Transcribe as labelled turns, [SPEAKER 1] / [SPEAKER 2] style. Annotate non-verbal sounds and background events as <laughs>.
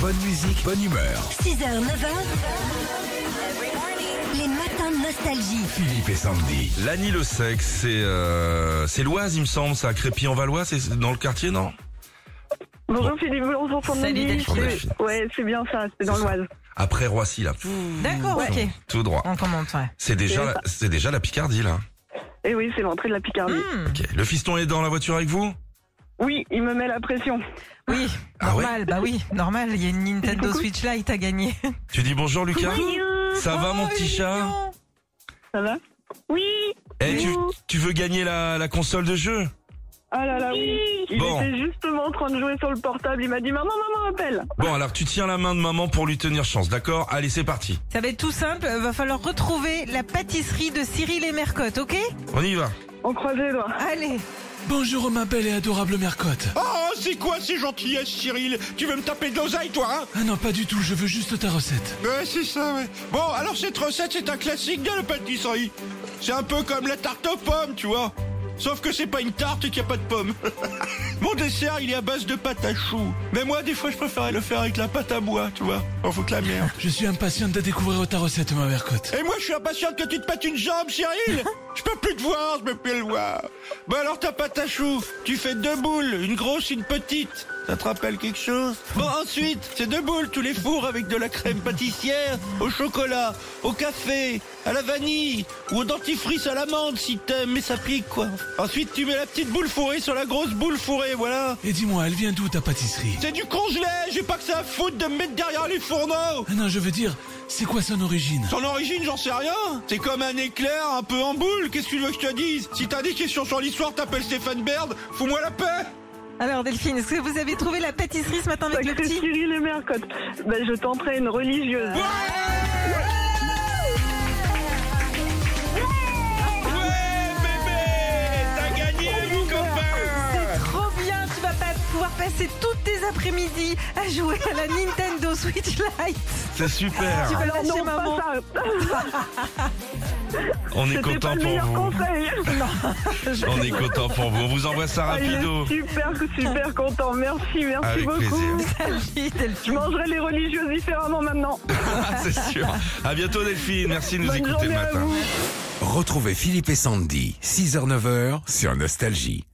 [SPEAKER 1] Bonne musique, bonne humeur.
[SPEAKER 2] 6h, 9h. Les matins de nostalgie.
[SPEAKER 1] Philippe et Sandy.
[SPEAKER 3] Lani le sexe, c'est euh, c'est l'Oise, il me semble, ça, Crépy en Valois, c'est dans le quartier, non
[SPEAKER 4] Bonjour Philippe, bonjour
[SPEAKER 5] Salut,
[SPEAKER 4] Sandy.
[SPEAKER 5] Delphine.
[SPEAKER 4] C'est- Ouais, c'est bien ça, c'est dans
[SPEAKER 3] C'est ça.
[SPEAKER 4] l'Oise.
[SPEAKER 3] Après Roissy, là,
[SPEAKER 4] Mmh.
[SPEAKER 5] D'accord, ok.
[SPEAKER 3] tout droit.
[SPEAKER 4] Ah.
[SPEAKER 5] On commente, ouais.
[SPEAKER 3] C'est déjà, la- c'est déjà la Picardie, là.
[SPEAKER 4] Et Eh oui, c'est l'entrée de la Picardie.
[SPEAKER 5] Hmm,
[SPEAKER 3] Ok. Le fiston est dans la voiture avec vous
[SPEAKER 4] Oui, il me met la pression.
[SPEAKER 5] Oui,
[SPEAKER 3] Ah ouais
[SPEAKER 5] normal, bah oui, normal. Il y a une Nintendo
[SPEAKER 4] Coucou.
[SPEAKER 5] Switch Lite à gagner.
[SPEAKER 3] Tu dis bonjour, Lucas Ça va, mon
[SPEAKER 5] Oh, il
[SPEAKER 3] petit
[SPEAKER 5] est
[SPEAKER 3] chat
[SPEAKER 5] mignon.
[SPEAKER 4] Ça va Oui
[SPEAKER 3] Eh, tu,
[SPEAKER 4] Coucou.
[SPEAKER 3] tu veux gagner la, la console de jeu
[SPEAKER 4] Ah là là, oui. Il
[SPEAKER 3] Bon.
[SPEAKER 4] était justement en train de jouer sur le portable. Il m'a dit Maman, maman, appelle.
[SPEAKER 3] Bon, alors tu tiens la main de maman pour lui tenir chance, d'accord Allez, c'est parti.
[SPEAKER 5] Ça va être tout simple. Va falloir retrouver la pâtisserie de Cyril et Mercotte, ok
[SPEAKER 3] On y va.
[SPEAKER 4] On croise les doigts.
[SPEAKER 5] Allez.
[SPEAKER 6] Bonjour ma belle et adorable Mercotte.
[SPEAKER 7] Oh, c'est quoi ces gentillesses, Cyril Tu veux me taper de l'oseille, toi, hein
[SPEAKER 6] Ah non, pas du tout, je veux juste ta recette.
[SPEAKER 7] Ouais, c'est ça, ouais. Bon, alors cette recette, c'est un classique de la pâtisserie. C'est un peu comme la tarte aux pommes, tu vois. Sauf que c'est pas une tarte et qu'il n'y a pas de pommes. <laughs> Mon dessert, il est à base de pâte à choux. Mais moi, des fois, je préférais le faire avec la pâte à bois, tu vois. En faut que la merde.
[SPEAKER 6] Je suis impatiente de découvrir ta recette, ma Mercotte.
[SPEAKER 7] Et moi, je suis impatiente que tu te pâtes une jambe, Cyril Je peux plus te voir, je peux plus le voir. Bon, alors, ta pâte à choux, tu fais deux boules, une grosse, une petite. Ça te rappelle quelque chose Bon, ensuite, c'est deux boules, tous les fours avec de la crème pâtissière, au chocolat, au café, à la vanille, ou au dentifrice à l'amande, si t'aimes, mais ça pique, quoi. Ensuite, tu mets la petite boule fourrée sur la grosse boule fourrée, voilà.
[SPEAKER 6] Et dis-moi, elle vient d'où ta pâtisserie
[SPEAKER 7] C'est du congelé, j'ai pas que ça à foutre de me mettre derrière les fourneaux
[SPEAKER 6] Ah non, je veux dire, c'est quoi son origine
[SPEAKER 7] son origine, j'en sais rien. C'est comme un éclair un peu en boule. Qu'est-ce que tu veux que je te dise Si t'as des questions sur l'histoire, t'appelles Stéphane Baird. Fous-moi la paix
[SPEAKER 5] Alors Delphine, est-ce que vous avez trouvé la pâtisserie ce matin avec le
[SPEAKER 4] Sacré
[SPEAKER 5] petit Ah,
[SPEAKER 4] Cyril et Mercotte. Ben, je tenterai une religieuse.
[SPEAKER 5] C'est trop bien, tu vas pas pouvoir passer toutes tes après-midi à jouer à la Nintendo Switch
[SPEAKER 3] <laughs>
[SPEAKER 5] Lite.
[SPEAKER 3] C'est super.
[SPEAKER 5] vas
[SPEAKER 4] Alors, Ah,
[SPEAKER 5] lâcher
[SPEAKER 4] non,
[SPEAKER 5] maman.
[SPEAKER 4] pas ça.
[SPEAKER 3] On est
[SPEAKER 4] C'était pas
[SPEAKER 3] content
[SPEAKER 4] le
[SPEAKER 3] pour
[SPEAKER 4] meilleur
[SPEAKER 3] vous.
[SPEAKER 4] conseil.
[SPEAKER 3] Ah, On est content pour vous. On vous envoie ça
[SPEAKER 4] Ah, il est
[SPEAKER 3] rapido.
[SPEAKER 4] super, super content. Merci, merci
[SPEAKER 3] Avec
[SPEAKER 4] beaucoup.
[SPEAKER 3] plaisir.
[SPEAKER 5] Salut
[SPEAKER 4] Je
[SPEAKER 5] Delphine.
[SPEAKER 4] mangerai les religieuses différemment maintenant.
[SPEAKER 3] Ah, <laughs> c'est sûr. À bientôt, Delphine. Merci de nous
[SPEAKER 4] Bonne
[SPEAKER 3] écouter le
[SPEAKER 4] journée à
[SPEAKER 3] matin.
[SPEAKER 4] vous.
[SPEAKER 1] Retrouvez Philippe et Sandy, 6h-9h sur Nostalgie.